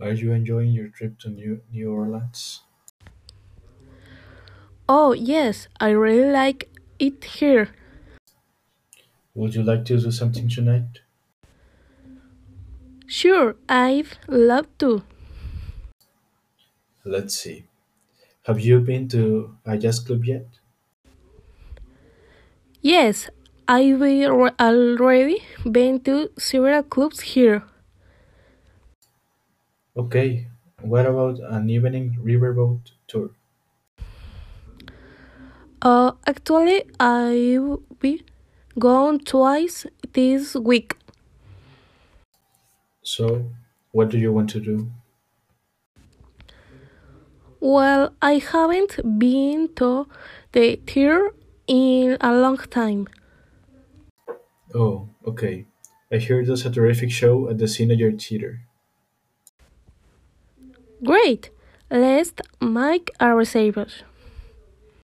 Are you enjoying your trip to New New Orleans? Oh, yes, I really like it here. Would you like to do something tonight? Sure, I'd love to. Let's see. Have you been to a jazz club yet? Yes, I've al- already been to several clubs here. Okay. What about an evening riverboat tour? Uh, actually, I've been gone twice this week. So, what do you want to do? Well, I haven't been to the theater in a long time. Oh, okay. I hear there's a terrific show at the Senior Theater. Great! Let's make a reservation.